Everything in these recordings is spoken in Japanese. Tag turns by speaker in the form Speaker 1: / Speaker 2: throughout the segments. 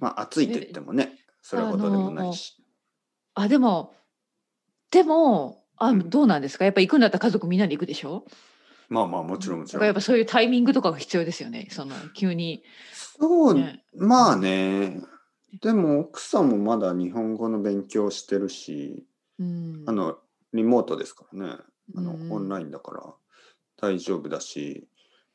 Speaker 1: まあ暑いって言ってもね、それほどでもないし。
Speaker 2: あでもでもあ、
Speaker 1: うん
Speaker 2: どうなんですかやっぱ行くんだったら家族みんなで行くでしょ
Speaker 1: まあまあもちろんもち
Speaker 2: だ
Speaker 1: ろ
Speaker 2: からや
Speaker 1: ん。
Speaker 2: っぱそういうタイミングとかが必要ですよねその急に、
Speaker 1: そう、
Speaker 2: ね
Speaker 1: まあね。でも奥さんもまだ日本語の勉強してるし、
Speaker 2: うん、
Speaker 1: あの、リモートですからね。あの、
Speaker 2: うん
Speaker 1: オンラインだから大丈夫だし、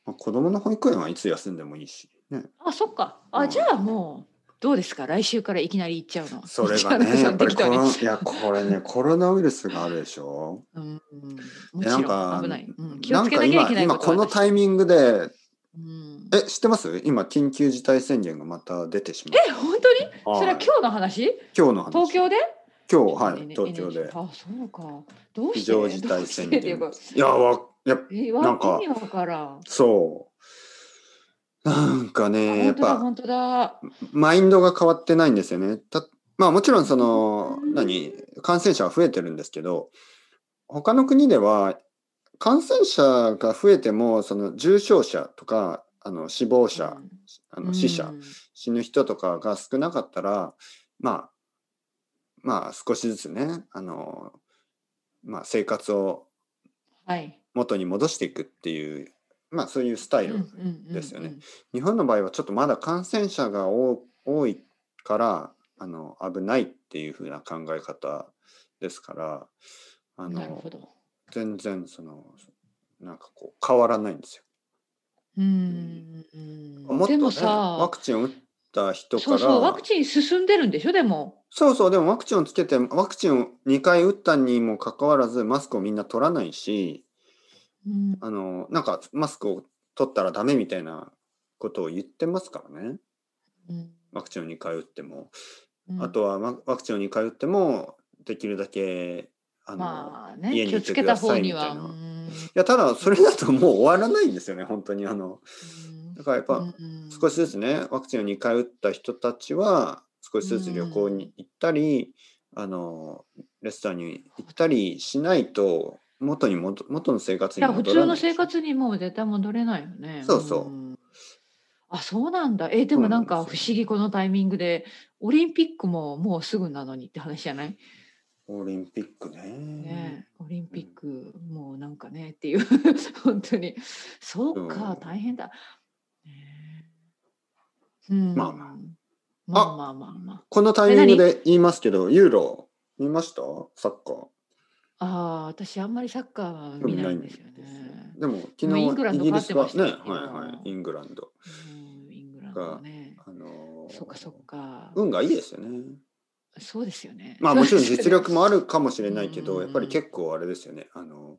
Speaker 1: まあ、子供の保育園はいつ休んでもいいし、ね。
Speaker 2: あそっか
Speaker 1: う
Speaker 2: あ
Speaker 1: ん
Speaker 2: じゃあもうどうですか来週からいきなり行っちゃうの
Speaker 1: それ
Speaker 2: 行
Speaker 1: が
Speaker 2: っちゃうの
Speaker 1: ね、やっぱり
Speaker 2: 適
Speaker 1: こ
Speaker 2: 当に
Speaker 1: の、いや、これ ね、コロナウイルスがあるでしょ。
Speaker 2: うん、も
Speaker 1: で
Speaker 2: ち
Speaker 1: なん
Speaker 2: ろ
Speaker 1: か
Speaker 2: ん危ない、うん、気を
Speaker 1: な
Speaker 2: つ
Speaker 1: ん
Speaker 2: け
Speaker 1: か
Speaker 2: なきゃい
Speaker 1: 今、
Speaker 2: けない
Speaker 1: 今
Speaker 2: と
Speaker 1: こ
Speaker 2: は
Speaker 1: の
Speaker 2: 私
Speaker 1: タイミングで、
Speaker 2: うん、
Speaker 1: え、知ってます今、緊急事態宣言がまた出てしま
Speaker 2: え本当に
Speaker 1: う。
Speaker 2: そ
Speaker 1: は
Speaker 2: れは
Speaker 1: い
Speaker 2: 今日の話
Speaker 1: 今日の話。
Speaker 2: 東京で
Speaker 1: 今日、はい、
Speaker 2: NH
Speaker 1: 東京で。
Speaker 2: あそうかどうして
Speaker 1: 非常事態宣言。
Speaker 2: どうして
Speaker 1: いや、わ、やっぱ、
Speaker 2: え
Speaker 1: な
Speaker 2: わ
Speaker 1: んか
Speaker 2: 意味わからん
Speaker 1: そう。なんかね、やっ
Speaker 2: 本当だ
Speaker 1: ぱ、
Speaker 2: 本当だ
Speaker 1: マインドが変わってないんですよね。たまあもちろんその
Speaker 2: うん
Speaker 1: 何感染者は増えてるんですけど他の国では感染者が増えてもその重症者とかあの死亡者、あ
Speaker 2: う
Speaker 1: の
Speaker 2: ん
Speaker 1: 死者、
Speaker 2: うん
Speaker 1: 死ぬ人とかが少なかったらまあまあ少しずつねあの、まあ、生活を
Speaker 2: はい
Speaker 1: 元に戻していくっていう、まあ、そういうスタイルですよね日本の場合はちょっとまだ感染者が多多いからあの危ないっていう風な考え方ですからあ
Speaker 2: なる
Speaker 1: の
Speaker 2: ほど
Speaker 1: 全然そのなんかこう変わらないんですよ。
Speaker 2: うん
Speaker 1: もっと
Speaker 2: で
Speaker 1: ね
Speaker 2: もさ
Speaker 1: ワクチンを打った人か
Speaker 2: そう
Speaker 1: ら
Speaker 2: そうワクチン進んでるんでしょでも
Speaker 1: そうそうでもワクチンをつけてワクチンを2回打ったにもかかわらずマスクをみんな取らないし
Speaker 2: うん
Speaker 1: あのなんかマスクを取ったらダメみたいなことを言ってますからね
Speaker 2: うん
Speaker 1: ワクチンを2回打っても。
Speaker 2: うん
Speaker 1: あとはワワクチンを2回打ってもできるだけあの、
Speaker 2: まあね
Speaker 1: 家に
Speaker 2: 気
Speaker 1: い
Speaker 2: を
Speaker 1: て
Speaker 2: つ
Speaker 1: く
Speaker 2: け
Speaker 1: だ
Speaker 2: た
Speaker 1: さ
Speaker 2: 方
Speaker 1: いみ
Speaker 2: に
Speaker 1: たいな
Speaker 2: はうん
Speaker 1: いやただそれだともう終わらないんですよね本当にあのだからやっ
Speaker 2: う
Speaker 1: ぱ
Speaker 2: んうん
Speaker 1: 少しずつねワクチンを2回打った人たちは少しずつ旅行に行ったり、あのレストランに行ったりしないと元に戻元の生活
Speaker 2: い
Speaker 1: に
Speaker 2: や普
Speaker 1: 戻ら
Speaker 2: 通
Speaker 1: ない
Speaker 2: の生活にもう絶対戻れないよね。
Speaker 1: そうそうん
Speaker 2: あそうなんだ。えで
Speaker 1: そ
Speaker 2: も
Speaker 1: うな
Speaker 2: な
Speaker 1: ん
Speaker 2: ん
Speaker 1: ですよ
Speaker 2: か不思議このタイミングでオリンピックももうすぐなのにって話じゃない、
Speaker 1: オリンピックね
Speaker 2: ねえオリンピックもうなんかねっていう 本当にそう
Speaker 1: う
Speaker 2: か
Speaker 1: ん
Speaker 2: 大変だ。ねえうん、
Speaker 1: まあまあ
Speaker 2: まあまあまあまあ。
Speaker 1: このタイミングで言いますけどユーロ見ましたサッカー
Speaker 2: ああ私あんまりサッカーは見ないんですよね。
Speaker 1: でも昨
Speaker 2: もうイングラ
Speaker 1: 日
Speaker 2: ン
Speaker 1: イギ
Speaker 2: ド
Speaker 1: リスはね、
Speaker 2: 勝ってましたけど
Speaker 1: はいはい、イングランド。
Speaker 2: うんイングランドはね。
Speaker 1: あのー
Speaker 2: そっかそっか。
Speaker 1: 運がいいですよね。
Speaker 2: そうですよね。
Speaker 1: まあもちろん
Speaker 2: そうです
Speaker 1: 実
Speaker 2: よね
Speaker 1: 力もあるかもしれないけ
Speaker 2: うん
Speaker 1: ど、
Speaker 2: うん
Speaker 1: やっぱり結構あれですよね。あの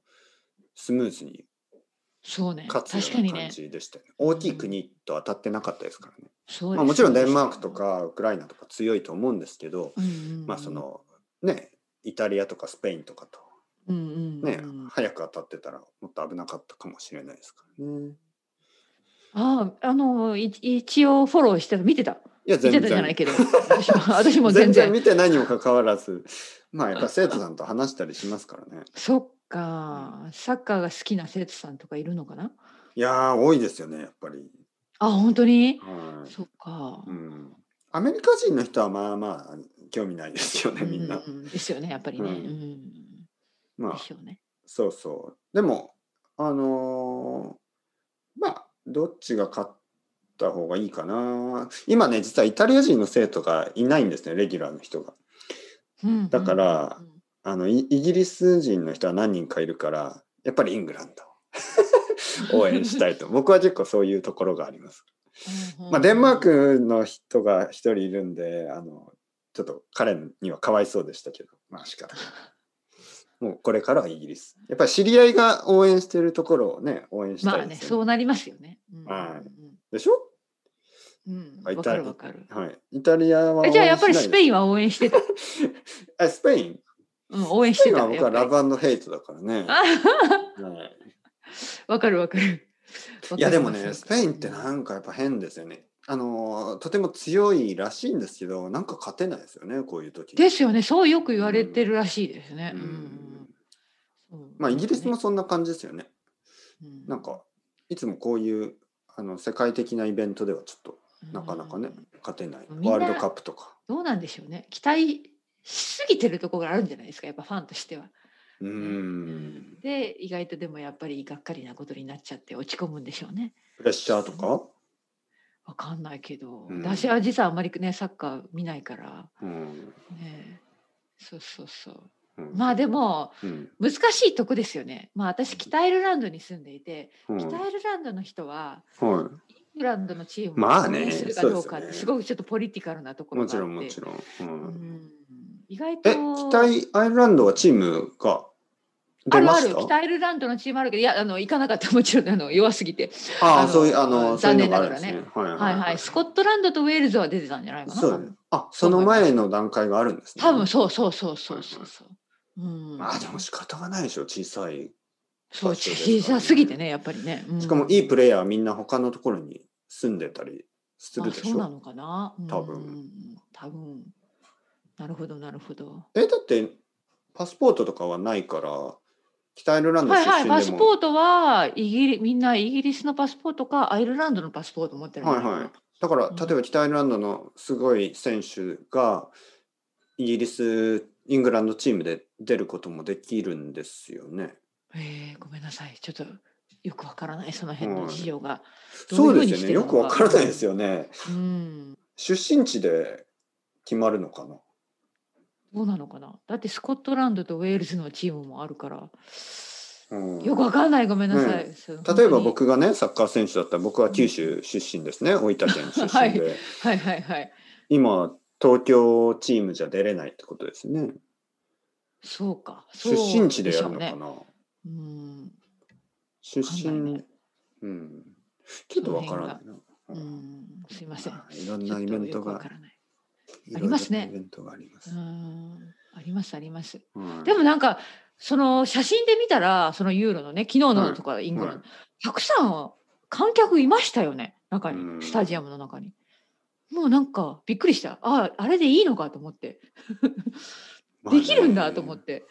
Speaker 1: スムーズに
Speaker 2: そうね。
Speaker 1: 勝
Speaker 2: 確
Speaker 1: つよ
Speaker 2: か
Speaker 1: うな
Speaker 2: に
Speaker 1: 感
Speaker 2: ね。
Speaker 1: じでしたよね。大きい国と当たってなかったですからね。
Speaker 2: そう
Speaker 1: まあ、
Speaker 2: です
Speaker 1: もちろんデンマークと、かウクライナとか強いと思うんですけど、
Speaker 2: うんうんうん
Speaker 1: まあそ、のね、イタリアとかスペインとかと
Speaker 2: うんうんうん
Speaker 1: ね、早く当たってたらもっと危なかったかもしれないですからね。
Speaker 2: ああ、あの、い一応フォローしてた、見てた。
Speaker 1: いや
Speaker 2: 見て
Speaker 1: 全
Speaker 2: たじゃ
Speaker 1: 然
Speaker 2: ないけど、私も私 も全
Speaker 1: 全
Speaker 2: 然。
Speaker 1: 然見てないにもかかわらずまあやっぱ生徒さんと話したりしますからね
Speaker 2: そっか、サッカーが好きな生徒さんとかいるのかない
Speaker 1: やー多いですよねやっぱり、
Speaker 2: あ、本当に、
Speaker 1: は
Speaker 2: そっか
Speaker 1: い。うん、アメリカ人の人はまあまあ興味ないですよねみんな、
Speaker 2: うんうんですよね、やっぱりね。
Speaker 1: う
Speaker 2: うんん
Speaker 1: ま
Speaker 2: で
Speaker 1: あ
Speaker 2: しょうね。
Speaker 1: そうそうでもあのーまあどっちが勝った方がいいかな今ね実はイタリア人の生徒がいないんですねレギュラーの人が
Speaker 2: うん
Speaker 1: だから
Speaker 2: うんうん
Speaker 1: あのイイギリス人の人は何人かいるからやっぱりイングラン ド応援したいと僕は結構そういうところがあります
Speaker 2: うんうん
Speaker 1: まあ、デンマークの人が一人いるんで、あの、ちょっと彼にはかわいそうでしたけど、まあ仕方 ない。もうこれからはイギリス。やっぱり知り合いが応援してるところをね、応援し
Speaker 2: ま
Speaker 1: たい
Speaker 2: あ
Speaker 1: で
Speaker 2: ね、
Speaker 1: すよ
Speaker 2: そ
Speaker 1: ね。
Speaker 2: うなりますよね。うん
Speaker 1: は
Speaker 2: うん
Speaker 1: でしょ
Speaker 2: うん
Speaker 1: あ
Speaker 2: わ、
Speaker 1: いた
Speaker 2: かるわかる。
Speaker 1: はい。イタリアは応
Speaker 2: え
Speaker 1: 援
Speaker 2: じゃあやっぱり
Speaker 1: し
Speaker 2: ス
Speaker 1: ない
Speaker 2: ペインは応援してた。
Speaker 1: です。え、スペイン
Speaker 2: うん、応援し
Speaker 1: スペ
Speaker 2: て
Speaker 1: イン
Speaker 2: た
Speaker 1: は
Speaker 2: よ。
Speaker 1: 僕は
Speaker 2: や
Speaker 1: ラ
Speaker 2: っぱ
Speaker 1: ブヘイトだからね。
Speaker 2: り
Speaker 1: は
Speaker 2: あ
Speaker 1: い、
Speaker 2: わかるわかる。
Speaker 1: いやでもね、スペインってな
Speaker 2: 何
Speaker 1: んかやっぱ変ですよね。あの、とても強いらしいんですけど、なんか勝てないですよね、こういう時に
Speaker 2: ですよね、そうよく言われてるらしいですね。
Speaker 1: う
Speaker 2: うんんそう
Speaker 1: まあイギリスもそんな感じですよね。
Speaker 2: うん
Speaker 1: なんかいつもこういうあの世界的なイベントではちょっとなかなかね
Speaker 2: うん
Speaker 1: 勝てない
Speaker 2: みんな
Speaker 1: ワールドカップとか
Speaker 2: どうなんでしょうね期待しすぎてるところがあるんじゃないですかやっぱファンとしては。
Speaker 1: うー
Speaker 2: うん
Speaker 1: ん
Speaker 2: で意外とでもやっぱりがっかりなことになっちゃって落ち込むんでしょうね。
Speaker 1: プレッシャーとか、
Speaker 2: わかんないけど、
Speaker 1: うん
Speaker 2: 私は実はあんまりねサッカー見ないから、
Speaker 1: うん
Speaker 2: ね、そうそうそう
Speaker 1: うん
Speaker 2: まあでも
Speaker 1: うん
Speaker 2: 難しいとこですよね。まあ私北アイルランドに住んでいて、
Speaker 1: うん
Speaker 2: 北アイルランドの人は
Speaker 1: は
Speaker 2: イングランドのチーム
Speaker 1: まあ
Speaker 2: 応
Speaker 1: ね
Speaker 2: 援するかどう
Speaker 1: そ
Speaker 2: かっ
Speaker 1: うですよ
Speaker 2: て
Speaker 1: ね
Speaker 2: すごくちょっとポリティカルなとこ
Speaker 1: い
Speaker 2: ろ
Speaker 1: も
Speaker 2: があ
Speaker 1: ち
Speaker 2: って
Speaker 1: ろんもちろん、うん
Speaker 2: うん意外と
Speaker 1: え北アイルランドはチームが
Speaker 2: あ
Speaker 1: 出
Speaker 2: る
Speaker 1: ま
Speaker 2: あ
Speaker 1: し
Speaker 2: る
Speaker 1: た
Speaker 2: 北アイルランドのチームあるけどいやあの行かなかったもちろんあの弱すぎて
Speaker 1: あ
Speaker 2: あ
Speaker 1: あ
Speaker 2: の
Speaker 1: そういうあのそうい
Speaker 2: 残
Speaker 1: う
Speaker 2: 念
Speaker 1: のがあ
Speaker 2: なが
Speaker 1: るん
Speaker 2: ら
Speaker 1: で
Speaker 2: ね
Speaker 1: すねはいはい
Speaker 2: はいはい、スコットランドとウェールズは出てたんじゃないかな。
Speaker 1: そうだねあその前の段階があるんですね
Speaker 2: 多分そうそうそうそうそうそう。うん、
Speaker 1: まあでも仕方がないでしょ小さい
Speaker 2: そう
Speaker 1: 場所ですからね
Speaker 2: 小さすぎてねやっぱりね。うん
Speaker 1: しかもいいプレイヤーはみんな他のところに住んでたりするで
Speaker 2: あ
Speaker 1: し
Speaker 2: そうな
Speaker 1: ょ
Speaker 2: のかな。うん
Speaker 1: 多分
Speaker 2: 多分。なるほどなるほど。
Speaker 1: えだってパスポートとかはないから北アイルランド出
Speaker 2: はい
Speaker 1: 身でも、
Speaker 2: はいパスポートはイギリみんなイギリスのパスポートかアイルランドのパスポート持ってるのかな
Speaker 1: はいはいだから
Speaker 2: うん
Speaker 1: 例えば北アイルランドのすごい選手がイギリスイングランドチームで出ることもできるんですよね。
Speaker 2: えーごめんなさいちょっとよくわからないその辺の事情が。ど
Speaker 1: そう
Speaker 2: いう
Speaker 1: う
Speaker 2: ふう
Speaker 1: で
Speaker 2: に
Speaker 1: すよ
Speaker 2: して
Speaker 1: ね
Speaker 2: る
Speaker 1: よ
Speaker 2: のか
Speaker 1: くわからないですよね。
Speaker 2: うん。
Speaker 1: 出身地で決まるのかな
Speaker 2: どうなのかな。だってスコットランドとウェールズのチームもあるから。
Speaker 1: うん
Speaker 2: よくわかんないごめんなさい。そう
Speaker 1: 例えば
Speaker 2: 本
Speaker 1: 僕がねサッカー選手だったら僕は九州出身ですね大分県出身で、
Speaker 2: 当にはいはいはい。
Speaker 1: 今東京チームじゃ出れないってことですね
Speaker 2: そうか。そう
Speaker 1: 出身地でやるの
Speaker 2: し
Speaker 1: か
Speaker 2: ょうね
Speaker 1: な、
Speaker 2: うん。
Speaker 1: 出
Speaker 2: わかんな
Speaker 1: 身、
Speaker 2: いね
Speaker 1: うんちょっとわからないな、
Speaker 2: う
Speaker 1: うん
Speaker 2: ん。すいません。
Speaker 1: まあいろんなイベン
Speaker 2: ちょ
Speaker 1: ト
Speaker 2: っとよくわ
Speaker 1: が
Speaker 2: からない。
Speaker 1: いろいろな
Speaker 2: ありますね
Speaker 1: イベントがありま
Speaker 2: う
Speaker 1: す、
Speaker 2: ん。ありますあります。
Speaker 1: はい
Speaker 2: でもなんかその写真で見たらそのユーロのね昨日のとかイングランド、
Speaker 1: はい
Speaker 2: たくさん観客いましたよね中
Speaker 1: う
Speaker 2: に
Speaker 1: ん
Speaker 2: スタジアムの中に。もうなんかびっくりしたああれでいいのかと思って
Speaker 1: まあね
Speaker 2: できるんだと思って、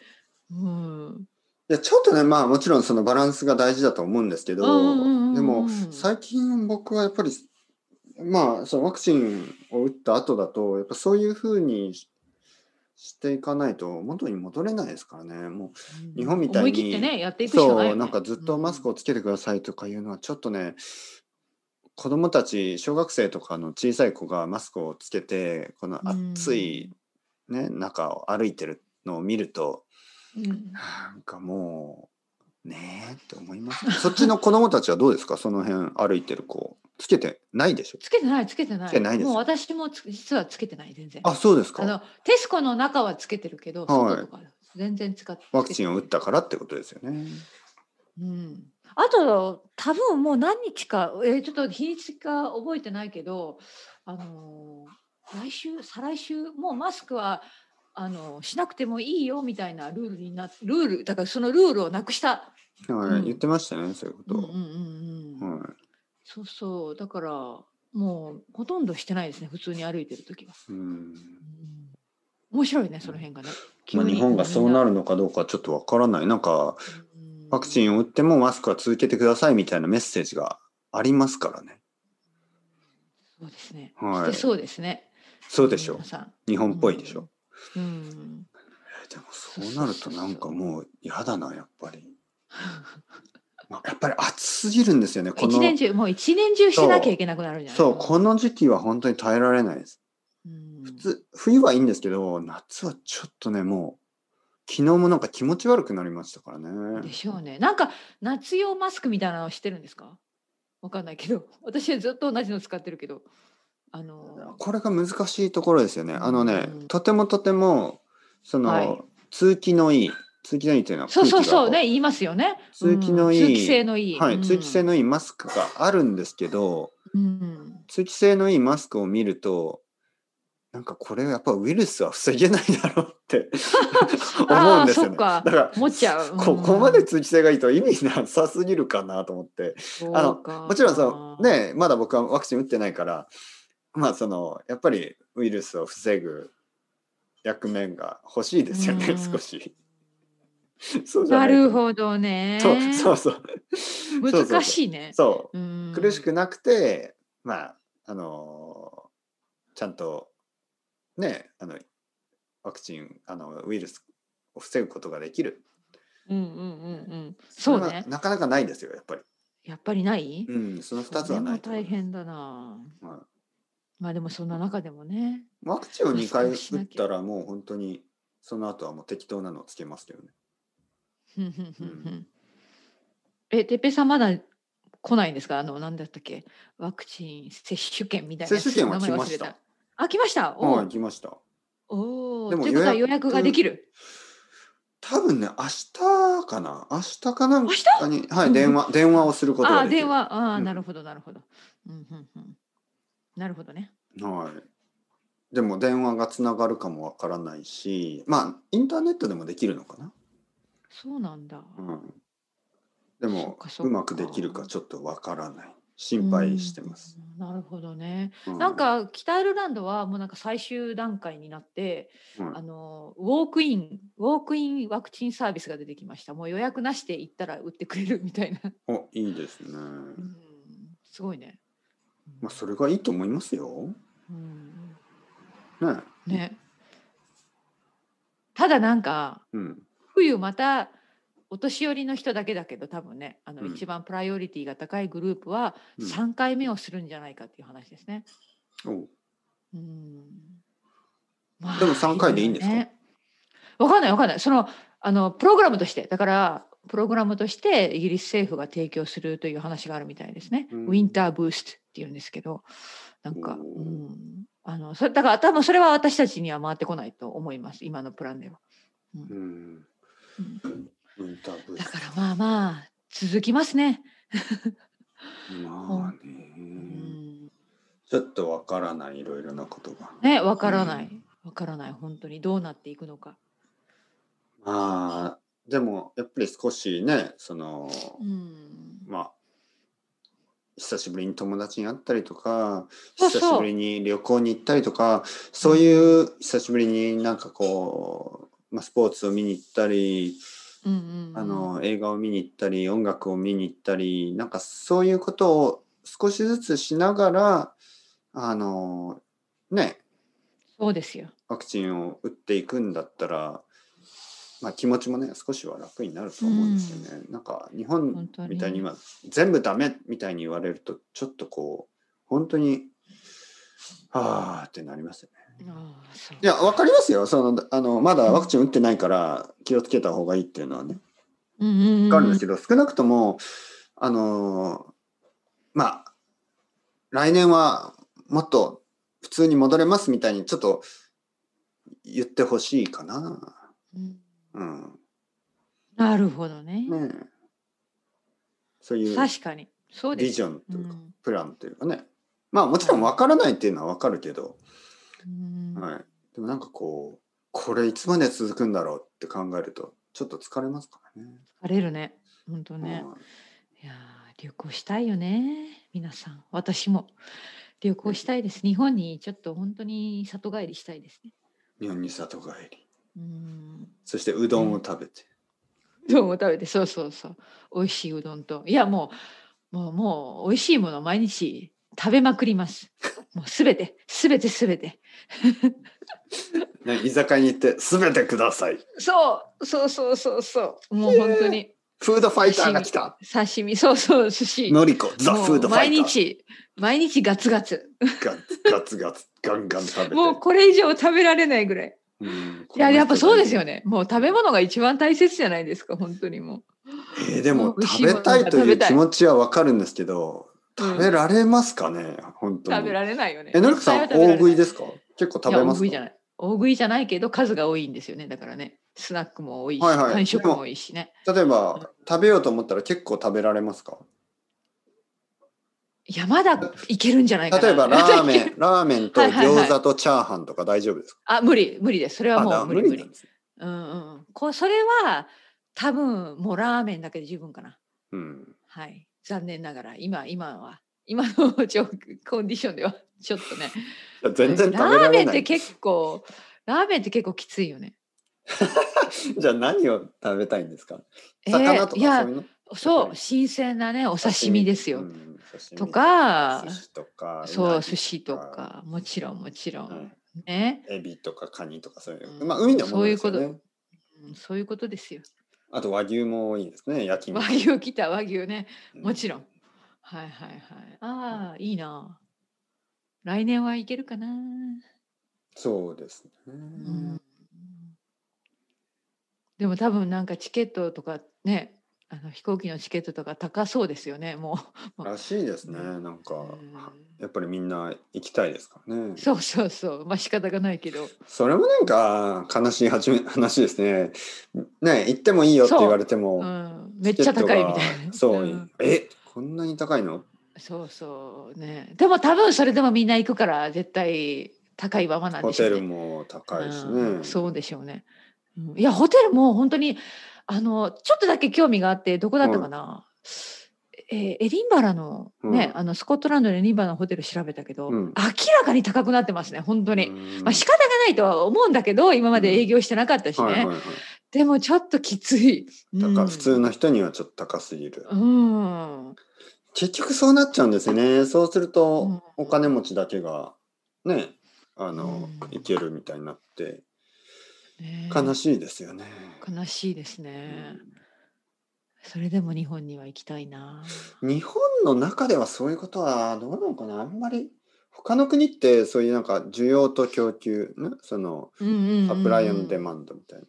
Speaker 2: うん
Speaker 1: いやちょっとねまあもちろんそのバランスが大事だと思うんですけど、
Speaker 2: うんうんうんうん
Speaker 1: でも最近僕はやっぱりまあそのワクチンを打った後だとやっぱそういうふうにししていかないと元に戻れないですからねも日本みたいに
Speaker 2: 思い切ってねやって
Speaker 1: う
Speaker 2: いくしかないよね、
Speaker 1: そうなんかずっとマスクをつけてくださいとかいうのはちょっとね子供たち小学生とかの小さい子がマスクをつけてこの暑い、ね中を歩いてるのを見ると
Speaker 2: うんうん
Speaker 1: なんかもうねえって思います、そっちの子供たちはどうですかそ の辺歩いてる子つけてないでしょ
Speaker 2: つけてないつけてない
Speaker 1: つけてないです
Speaker 2: もう私もつ実はつけてない全然
Speaker 1: あそうです
Speaker 2: あの
Speaker 1: か
Speaker 2: テスコの中はつけてるけど、
Speaker 1: はい
Speaker 2: 外とか全然使って
Speaker 1: ワクチンを打ったからってことですよね
Speaker 2: うん、あと多分もう何日か、えーちょっと日にちか覚えてないけど、あのー来週再来週もうマスクはあのーしなくてもいいよみたいなルールになルールだからそのルールをなくした、
Speaker 1: はい、
Speaker 2: うん
Speaker 1: 言ってましたよねそういうこ
Speaker 2: うん
Speaker 1: と、
Speaker 2: うんうんうん
Speaker 1: はい
Speaker 2: そうそうだからもうほとんどしてないですね普通に歩いてる時は、
Speaker 1: うん
Speaker 2: うん面白いねその辺がね、
Speaker 1: まあ、日本がそうな
Speaker 2: る
Speaker 1: るのかどうかちょっとわからないなんかワク
Speaker 2: ン
Speaker 1: チンを打ってもマスクは続けてくださいみたいなメッセージがありますからね
Speaker 2: そうですね、
Speaker 1: はい
Speaker 2: してそうですね
Speaker 1: そうでしょう
Speaker 2: 皆さん
Speaker 1: 日本っぽいでしょ、
Speaker 2: うんうん
Speaker 1: えでもそうなるとなんかもうやだなやっぱり、まあ、やっぱり暑すぎるんですよねこ
Speaker 2: 一
Speaker 1: の
Speaker 2: 年中もう一年中しなきゃいけなくなるんじゃない
Speaker 1: そう、この時期は本当に耐えられないです。
Speaker 2: うん
Speaker 1: 普通、冬はいいんですけど、夏はちょっとね、もう、昨日もなんか気持ち悪くなりましたからね
Speaker 2: で。しょうねなんか夏用マスクみたいなのしてるんですかわかんないけど私はずっと同じの使ってるけどあの
Speaker 1: これが難しいところですよね。あのね、
Speaker 2: うん
Speaker 1: とてもとても、その、
Speaker 2: はい
Speaker 1: 通気のいい、通気のいいっていうのは
Speaker 2: そうそうそ
Speaker 1: 空気が
Speaker 2: うね言いますよね
Speaker 1: 通気のいい
Speaker 2: うん通気性のいい
Speaker 1: はい、通気性
Speaker 2: の
Speaker 1: のいいマスクがあるんですけど、
Speaker 2: うん
Speaker 1: 通気性のいいマスクを見ると、なんかこれやっぱウイルスは防げないだろうって 思うんですよね。
Speaker 2: あーそっか
Speaker 1: だから
Speaker 2: 持っちゃ う
Speaker 1: ここまで通気性がいいと意味なさすぎるかなと思ってあのもちろんそのねまだ僕はワクチン打ってないからまあそのやっぱりウイルスを防ぐ役面が欲しいですよね、
Speaker 2: うん
Speaker 1: 少し。そうじゃ
Speaker 2: ないる
Speaker 1: ど、
Speaker 2: ほどね
Speaker 1: そうそうそうそう
Speaker 2: 難しいね
Speaker 1: そう
Speaker 2: うん
Speaker 1: 苦しくなくてまああのちゃんとねあのワクチンあのウイルスを防ぐことができる
Speaker 2: うんうんうんうん。そう
Speaker 1: れは
Speaker 2: ね。
Speaker 1: なかなかないですよやっぱり、
Speaker 2: やっぱりない。
Speaker 1: うん、その2つはない
Speaker 2: それも大変だな。
Speaker 1: はい
Speaker 2: まあでもそんな中でもね。
Speaker 1: ワクチンを2回
Speaker 2: マスク
Speaker 1: 打
Speaker 2: をし
Speaker 1: っ
Speaker 2: なきゃ
Speaker 1: たらもう本当にその後はもう適当なのをつけますけどね。
Speaker 2: ふんふんふんふん え、てっぺいさんまだ来ないんですか。あのなんだったっけ。ワクチン接種券みたいなやつ。
Speaker 1: 接種券は
Speaker 2: 名前
Speaker 1: 来
Speaker 2: 忘
Speaker 1: ま
Speaker 2: れ
Speaker 1: した
Speaker 2: あ、来ました。お
Speaker 1: はい、
Speaker 2: う
Speaker 1: 来ました。
Speaker 2: お
Speaker 1: で
Speaker 2: う。
Speaker 1: も
Speaker 2: ということは
Speaker 1: 予
Speaker 2: 予
Speaker 1: 約
Speaker 2: 約ができる。
Speaker 1: 多分ね、明日かな明日かなん
Speaker 2: 明日
Speaker 1: かに、は
Speaker 2: う
Speaker 1: い、
Speaker 2: ん
Speaker 1: 電話、電話をすること
Speaker 2: あ
Speaker 1: が
Speaker 2: あ、
Speaker 1: でき
Speaker 2: 電
Speaker 1: る。
Speaker 2: 話。ああ、
Speaker 1: うん
Speaker 2: なるほど、なるほど。うんうんうん。なるほどね。
Speaker 1: はい。でも電話がつながるかもわからないし、まあ、インターネットでもできるのかな。
Speaker 2: そうなんだ。
Speaker 1: うん。で
Speaker 2: そっ
Speaker 1: も
Speaker 2: か、そっ
Speaker 1: う
Speaker 2: か
Speaker 1: まくできるかちょっとわからない。心配してます。
Speaker 2: うん。なるほどね。
Speaker 1: う
Speaker 2: なん、か北アイルランドはもうなんか最終段階になって、
Speaker 1: うん
Speaker 2: あのウォークインウォークインワクチンサービスが出てきましたもう予約なしで行ったら売ってくれるみたいな、
Speaker 1: お、いいですね。
Speaker 2: うん、すごいね、
Speaker 1: まあ、それがいいと思いますよ。
Speaker 2: うん、
Speaker 1: ね。
Speaker 2: ねただなんか
Speaker 1: うん。
Speaker 2: 冬またお年寄りの人だけだけど多分ねあの
Speaker 1: うん
Speaker 2: 一番プライオリティが高いグループは
Speaker 1: うん
Speaker 2: 3回目をするんじゃないかっていう話ですね。
Speaker 1: お
Speaker 2: うんまあ
Speaker 1: でも三回でいいんですか
Speaker 2: ろろねわ、かんないわかんない。そのあのプログラムとしてだからプログラムとしてイギリス政府が提供するという話があるみたいですね。
Speaker 1: うん
Speaker 2: ウィンターブーストっていうんですけどなんか、
Speaker 1: おー
Speaker 2: うん、あのそれだから多分それは私たちには回ってこないと思います今のプランでは。
Speaker 1: うん。
Speaker 2: うん
Speaker 1: ウィンターブー
Speaker 2: だ
Speaker 1: ス
Speaker 2: からまあまあ続きますね。
Speaker 1: ト。まあね。
Speaker 2: うん
Speaker 1: ちょっとわからない、いろいろなことが。
Speaker 2: ねわからないわからない本当にどうなっていくのか。
Speaker 1: まあ、でも、やっぱり少しね、その、
Speaker 2: うん
Speaker 1: まあ、久しぶりに友達に会ったりとか、
Speaker 2: そう
Speaker 1: 久
Speaker 2: そう
Speaker 1: しぶりに旅行に行ったりとか、そういう久しぶりになんかこう、まあ、スポーツを見に行ったり、
Speaker 2: うんうんうん
Speaker 1: あの映画を見に行ったり音楽を見に行ったりなんかそういうことを少しずつしながらあのね
Speaker 2: そうですよ。
Speaker 1: ワクチンを打っていくんだったら、まあ、気持ちもね少しは楽になると思うんですよね。なんか日本
Speaker 2: 本当に
Speaker 1: みたいに今全部ダメみたいに言われるとちょっとこう本当にああってなりますよね。
Speaker 2: ああ、そう
Speaker 1: いやわかりますよそのあのまだワクチン打ってないから気をつけた方がいいっていうのはね。
Speaker 2: うんうんうん
Speaker 1: かあるんですけど、少なくとも、あのーまあ、来年はもっと普通に戻れますみたいにちょっと言ってほしいかな。
Speaker 2: うん
Speaker 1: うん。
Speaker 2: なるほどね。
Speaker 1: ねえそういう
Speaker 2: 確かに。そうで
Speaker 1: ビ
Speaker 2: す
Speaker 1: ジ
Speaker 2: よ。
Speaker 1: ョンというか、
Speaker 2: うん
Speaker 1: プランというかね。まあもちろん分からないっていうのは分かるけど、
Speaker 2: うん
Speaker 1: はい。でもなんかこう、これいつまで続くんだろうって考えると、ちょっと疲れますからね。
Speaker 2: 疲れるね。本当ね。
Speaker 1: うん
Speaker 2: いやー、旅行したいよね。皆さん、私も旅行したいです。日本にちょっと本当に里帰りしたいですね。
Speaker 1: 日本に里帰り。
Speaker 2: うん。
Speaker 1: そしてうどんを食べて。
Speaker 2: うどんを食べて、 そうそうそう。美味しいうどんと、いやもうもうもう美味しいものを毎日食べまくります。 もうすべてすべてすべて。
Speaker 1: ね、居酒屋に行って全てください
Speaker 2: そうそうそうそうそう。もう本当に。
Speaker 1: フードファイターが来た
Speaker 2: 刺身そうそう寿司
Speaker 1: のりこザ・
Speaker 2: もう
Speaker 1: フードファイター
Speaker 2: 毎日毎日ガツガツ
Speaker 1: ガツガツガンガン食べて
Speaker 2: もうこれ以上食べられないぐらい
Speaker 1: うん
Speaker 2: いややっぱそうですよ
Speaker 1: ね、
Speaker 2: ねもう食べ物が一番大切じゃないですか本当にも
Speaker 1: えーでも
Speaker 2: もう美味し
Speaker 1: 食べ
Speaker 2: いもの
Speaker 1: たいと
Speaker 2: 食
Speaker 1: い
Speaker 2: べ
Speaker 1: う
Speaker 2: たい
Speaker 1: 気持ちはわかるんですけど
Speaker 2: う、うん
Speaker 1: 食べられますかね、本当に
Speaker 2: 食べられないよね
Speaker 1: えのりこさん
Speaker 2: 実際は
Speaker 1: 大食いですすか結構食べます
Speaker 2: 大食
Speaker 1: か
Speaker 2: いじゃない大食いじゃないけど数が多いんですよねだからねスナックも多いし、
Speaker 1: はいはい
Speaker 2: 間食も多いしね
Speaker 1: 例えば食べようと思ったら結構食べられますか
Speaker 2: いやまだいけるんじゃないかな
Speaker 1: 例えばラーメ ンラーメンと
Speaker 2: はいはいはい
Speaker 1: 餃子とチャーハンとか大丈夫ですか、
Speaker 2: あ無理無理ですそれはも
Speaker 1: あ
Speaker 2: う無理無
Speaker 1: な
Speaker 2: 理
Speaker 1: んですね
Speaker 2: うんうんこうそれは多分もうラーメンだけで十分かな
Speaker 1: うん
Speaker 2: はい、残念ながら今今は今の状況コンディションでは ちょっとね
Speaker 1: いや全然食べ
Speaker 2: ラ
Speaker 1: られない
Speaker 2: ーメンって結構ラーメンって結構きついよね。
Speaker 1: じゃあ何を食べたいんですか
Speaker 2: えー
Speaker 1: 魚と
Speaker 2: い
Speaker 1: か
Speaker 2: や
Speaker 1: そういうの、
Speaker 2: そう新鮮なねお刺身ですよ、
Speaker 1: うん刺身
Speaker 2: とか
Speaker 1: 寿司とか
Speaker 2: そう
Speaker 1: なぎ
Speaker 2: 寿司とかもちろんもちろん、
Speaker 1: はい
Speaker 2: ね、
Speaker 1: エビとかカニとかそういう、
Speaker 2: うん
Speaker 1: まあ海のものですよ
Speaker 2: そういう
Speaker 1: ね
Speaker 2: うん、そういうことですよ
Speaker 1: あと和牛も多いですね焼き
Speaker 2: 和
Speaker 1: 肉
Speaker 2: 牛来た和牛ねもちろ
Speaker 1: うん
Speaker 2: はいはいはいああいいな来年はいけるかな、
Speaker 1: そうですね、
Speaker 2: うんでも多分なんかチケットとかねあの飛行機のチケットとか高そうですよねも
Speaker 1: らしいですねなん
Speaker 2: う、
Speaker 1: か、
Speaker 2: うん
Speaker 1: やっぱりみんな行きたいですからね
Speaker 2: そうそうそうまあ仕方がないけど
Speaker 1: それもなんか悲しいはじめ 話ですねね行ってもいいよって言われて
Speaker 2: う
Speaker 1: も、
Speaker 2: ん、めっちゃ高いみた
Speaker 1: チケット
Speaker 2: いな。
Speaker 1: がそう、
Speaker 2: ん
Speaker 1: えこんなに高いの
Speaker 2: そうそうね。でも多分それでもみんな行くから絶対高いままなん
Speaker 1: ホ
Speaker 2: でしょ
Speaker 1: テ
Speaker 2: うね。
Speaker 1: ルも高いしね、
Speaker 2: うんそうでしょうね。うんいやホテルも本当にあのちょっとだけ興味があってどこだったかな。えーエディンバラのね、
Speaker 1: う
Speaker 2: あのスコットランドのエディンバラのホテル調べたけど、
Speaker 1: うん
Speaker 2: 明らかに高くなってますね本当に、
Speaker 1: うん
Speaker 2: まあ仕方がないとは思うんだけど今まで営業してなかったしね、
Speaker 1: はいはいはい
Speaker 2: でもちょっときつい
Speaker 1: だから普通
Speaker 2: の
Speaker 1: の人にはちょっと高すぎる、
Speaker 2: うん、
Speaker 1: 結局そうなっちゃうんですねそうする
Speaker 2: う
Speaker 1: と
Speaker 2: ん
Speaker 1: お金持ちだけがねあの、
Speaker 2: うん
Speaker 1: 行けるみたいになって
Speaker 2: ねえ
Speaker 1: 悲しいですよね、
Speaker 2: 悲しいですね。それでも日本には行きたいな。
Speaker 1: 日本の中ではそういうことはどうなのかなあんまり他の国ってそういうなんか需要と供給、ね、その サプライデマンドみたい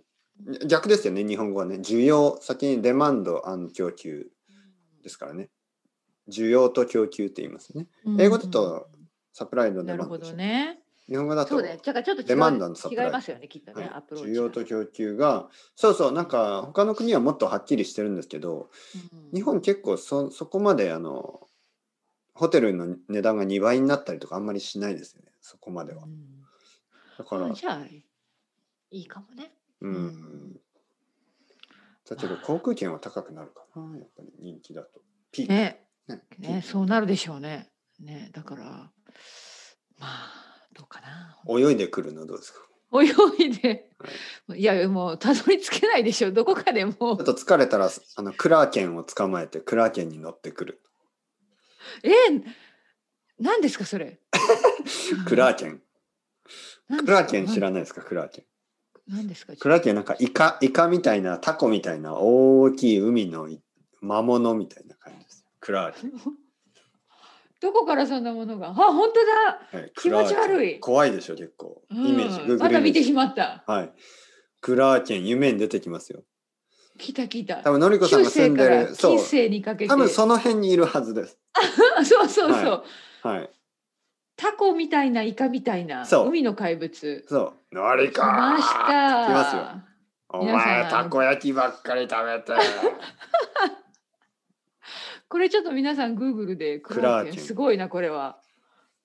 Speaker 1: な、逆ですよね日本語はね需要先にデマンド供給ですからね需要と供給って言いますね
Speaker 2: うんうん
Speaker 1: 英語だとサプライドデ
Speaker 2: なる
Speaker 1: マンド
Speaker 2: ほ
Speaker 1: でし
Speaker 2: ど
Speaker 1: ょ、
Speaker 2: ね。
Speaker 1: 日本語だ
Speaker 2: そ
Speaker 1: と
Speaker 2: うね。だからちょっと違う
Speaker 1: デマンドのサプライ
Speaker 2: 違いますよね、きっとね、
Speaker 1: はい
Speaker 2: アプローチ
Speaker 1: 需
Speaker 2: が。
Speaker 1: 要と供給がそうそうなんか他の国はもっとはっきりしてるんですけど
Speaker 2: うん
Speaker 1: 日本結構そそこまであのホテルの値段が2倍になったりとかあんまりしないですよねそこまでは
Speaker 2: うん
Speaker 1: だから
Speaker 2: あじゃあいいかもね。
Speaker 1: うん、
Speaker 2: うん
Speaker 1: だけど航空券は高くなるかなやっぱり人気だとピーク
Speaker 2: ね、
Speaker 1: ね
Speaker 2: ね、そうなるでしょうね。ね、だからまあどうかな。
Speaker 1: 泳いでくるのどうですか
Speaker 2: 泳いで、いやもうたどり着けないでしょ。どこかでもう
Speaker 1: ちょっと疲れたらあのクラーケンを捕まえてクラーケンに乗ってくる
Speaker 2: え何ですかそれ
Speaker 1: クラーケンクラーケン知
Speaker 2: ら
Speaker 1: らないですかクラーケン
Speaker 2: 何ですか
Speaker 1: クラーケンなんかイカイカみたいなタコみたいな大きい海のい魔物みたいな感じですクラーケン
Speaker 2: どこからそんなものがあ本当だ
Speaker 1: はい、
Speaker 2: 気持ち悪い
Speaker 1: クラーケン怖いでしょ結構イメージ、
Speaker 2: うん、まだ見てし
Speaker 1: ま
Speaker 2: まった
Speaker 1: はいクラーケン夢に出てきますよ
Speaker 2: 聞いた聞いた
Speaker 1: 多分のりこさんが住んで
Speaker 2: から
Speaker 1: るそう
Speaker 2: 近世にかけて
Speaker 1: 多分その辺にいるはずです
Speaker 2: あ そうそうそう、
Speaker 1: ははい
Speaker 2: タコみたいなイカみたいな
Speaker 1: そう
Speaker 2: 海の怪物
Speaker 1: そうのり
Speaker 2: 来
Speaker 1: こ
Speaker 2: ました
Speaker 1: 来ますよお前
Speaker 2: 皆さん
Speaker 1: たこ焼きばっかり食べて
Speaker 2: これちょっと皆さんグーグルでクラーケ
Speaker 1: ク
Speaker 2: ン
Speaker 1: ラーケン
Speaker 2: すごいなこれは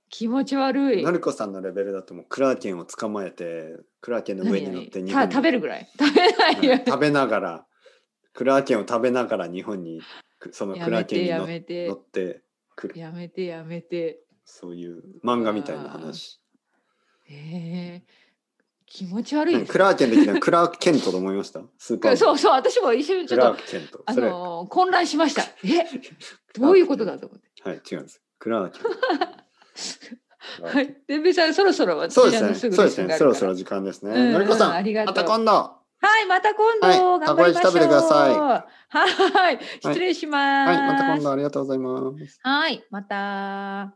Speaker 2: 気持ち悪い
Speaker 1: のりこさんのレベルだともうクラーケンを捕まえてクラーケンの上に乗って
Speaker 2: 何
Speaker 1: 日
Speaker 2: 々
Speaker 1: 本
Speaker 2: た
Speaker 1: に
Speaker 2: 食べるぐらい食べないよ、
Speaker 1: はい 食べながらクラーケンを食べながら日本にくその
Speaker 2: や
Speaker 1: クラ
Speaker 2: め
Speaker 1: ーケン
Speaker 2: て
Speaker 1: に
Speaker 2: や
Speaker 1: 乗っ
Speaker 2: めて
Speaker 1: 乗ってくる
Speaker 2: やめてやめて。
Speaker 1: そういう漫画みたいな話
Speaker 2: ええ気持ち悪い
Speaker 1: な
Speaker 2: で
Speaker 1: ん
Speaker 2: す
Speaker 1: かクラーケンできたクラーケントと思いましたスーパーマン
Speaker 2: そうそう、私も一瞬
Speaker 1: ク
Speaker 2: ちょ
Speaker 1: ラ
Speaker 2: っと、
Speaker 1: ーケント
Speaker 2: あ
Speaker 1: それ
Speaker 2: のー混乱しました。 え、どういうことだと思って。
Speaker 1: はい違うんですクラーケント
Speaker 2: はい、でべさん、そろそろ私
Speaker 1: そうで
Speaker 2: あの
Speaker 1: すね。
Speaker 2: ぐ
Speaker 1: そうで
Speaker 2: レッス
Speaker 1: す
Speaker 2: ン
Speaker 1: ね。
Speaker 2: があ
Speaker 1: そろ
Speaker 2: るから
Speaker 1: そろ時間ですね。
Speaker 2: うん
Speaker 1: のりこさ
Speaker 2: うん
Speaker 1: ん、
Speaker 2: ありがとう
Speaker 1: また今度。
Speaker 2: はい、また今度、
Speaker 1: はい
Speaker 2: 頑張りまし
Speaker 1: たこ焼き
Speaker 2: ょう。
Speaker 1: 食べてください
Speaker 2: はい、失礼しま
Speaker 1: はい、
Speaker 2: す。
Speaker 1: また今度ありがとうございます。
Speaker 2: はい、また。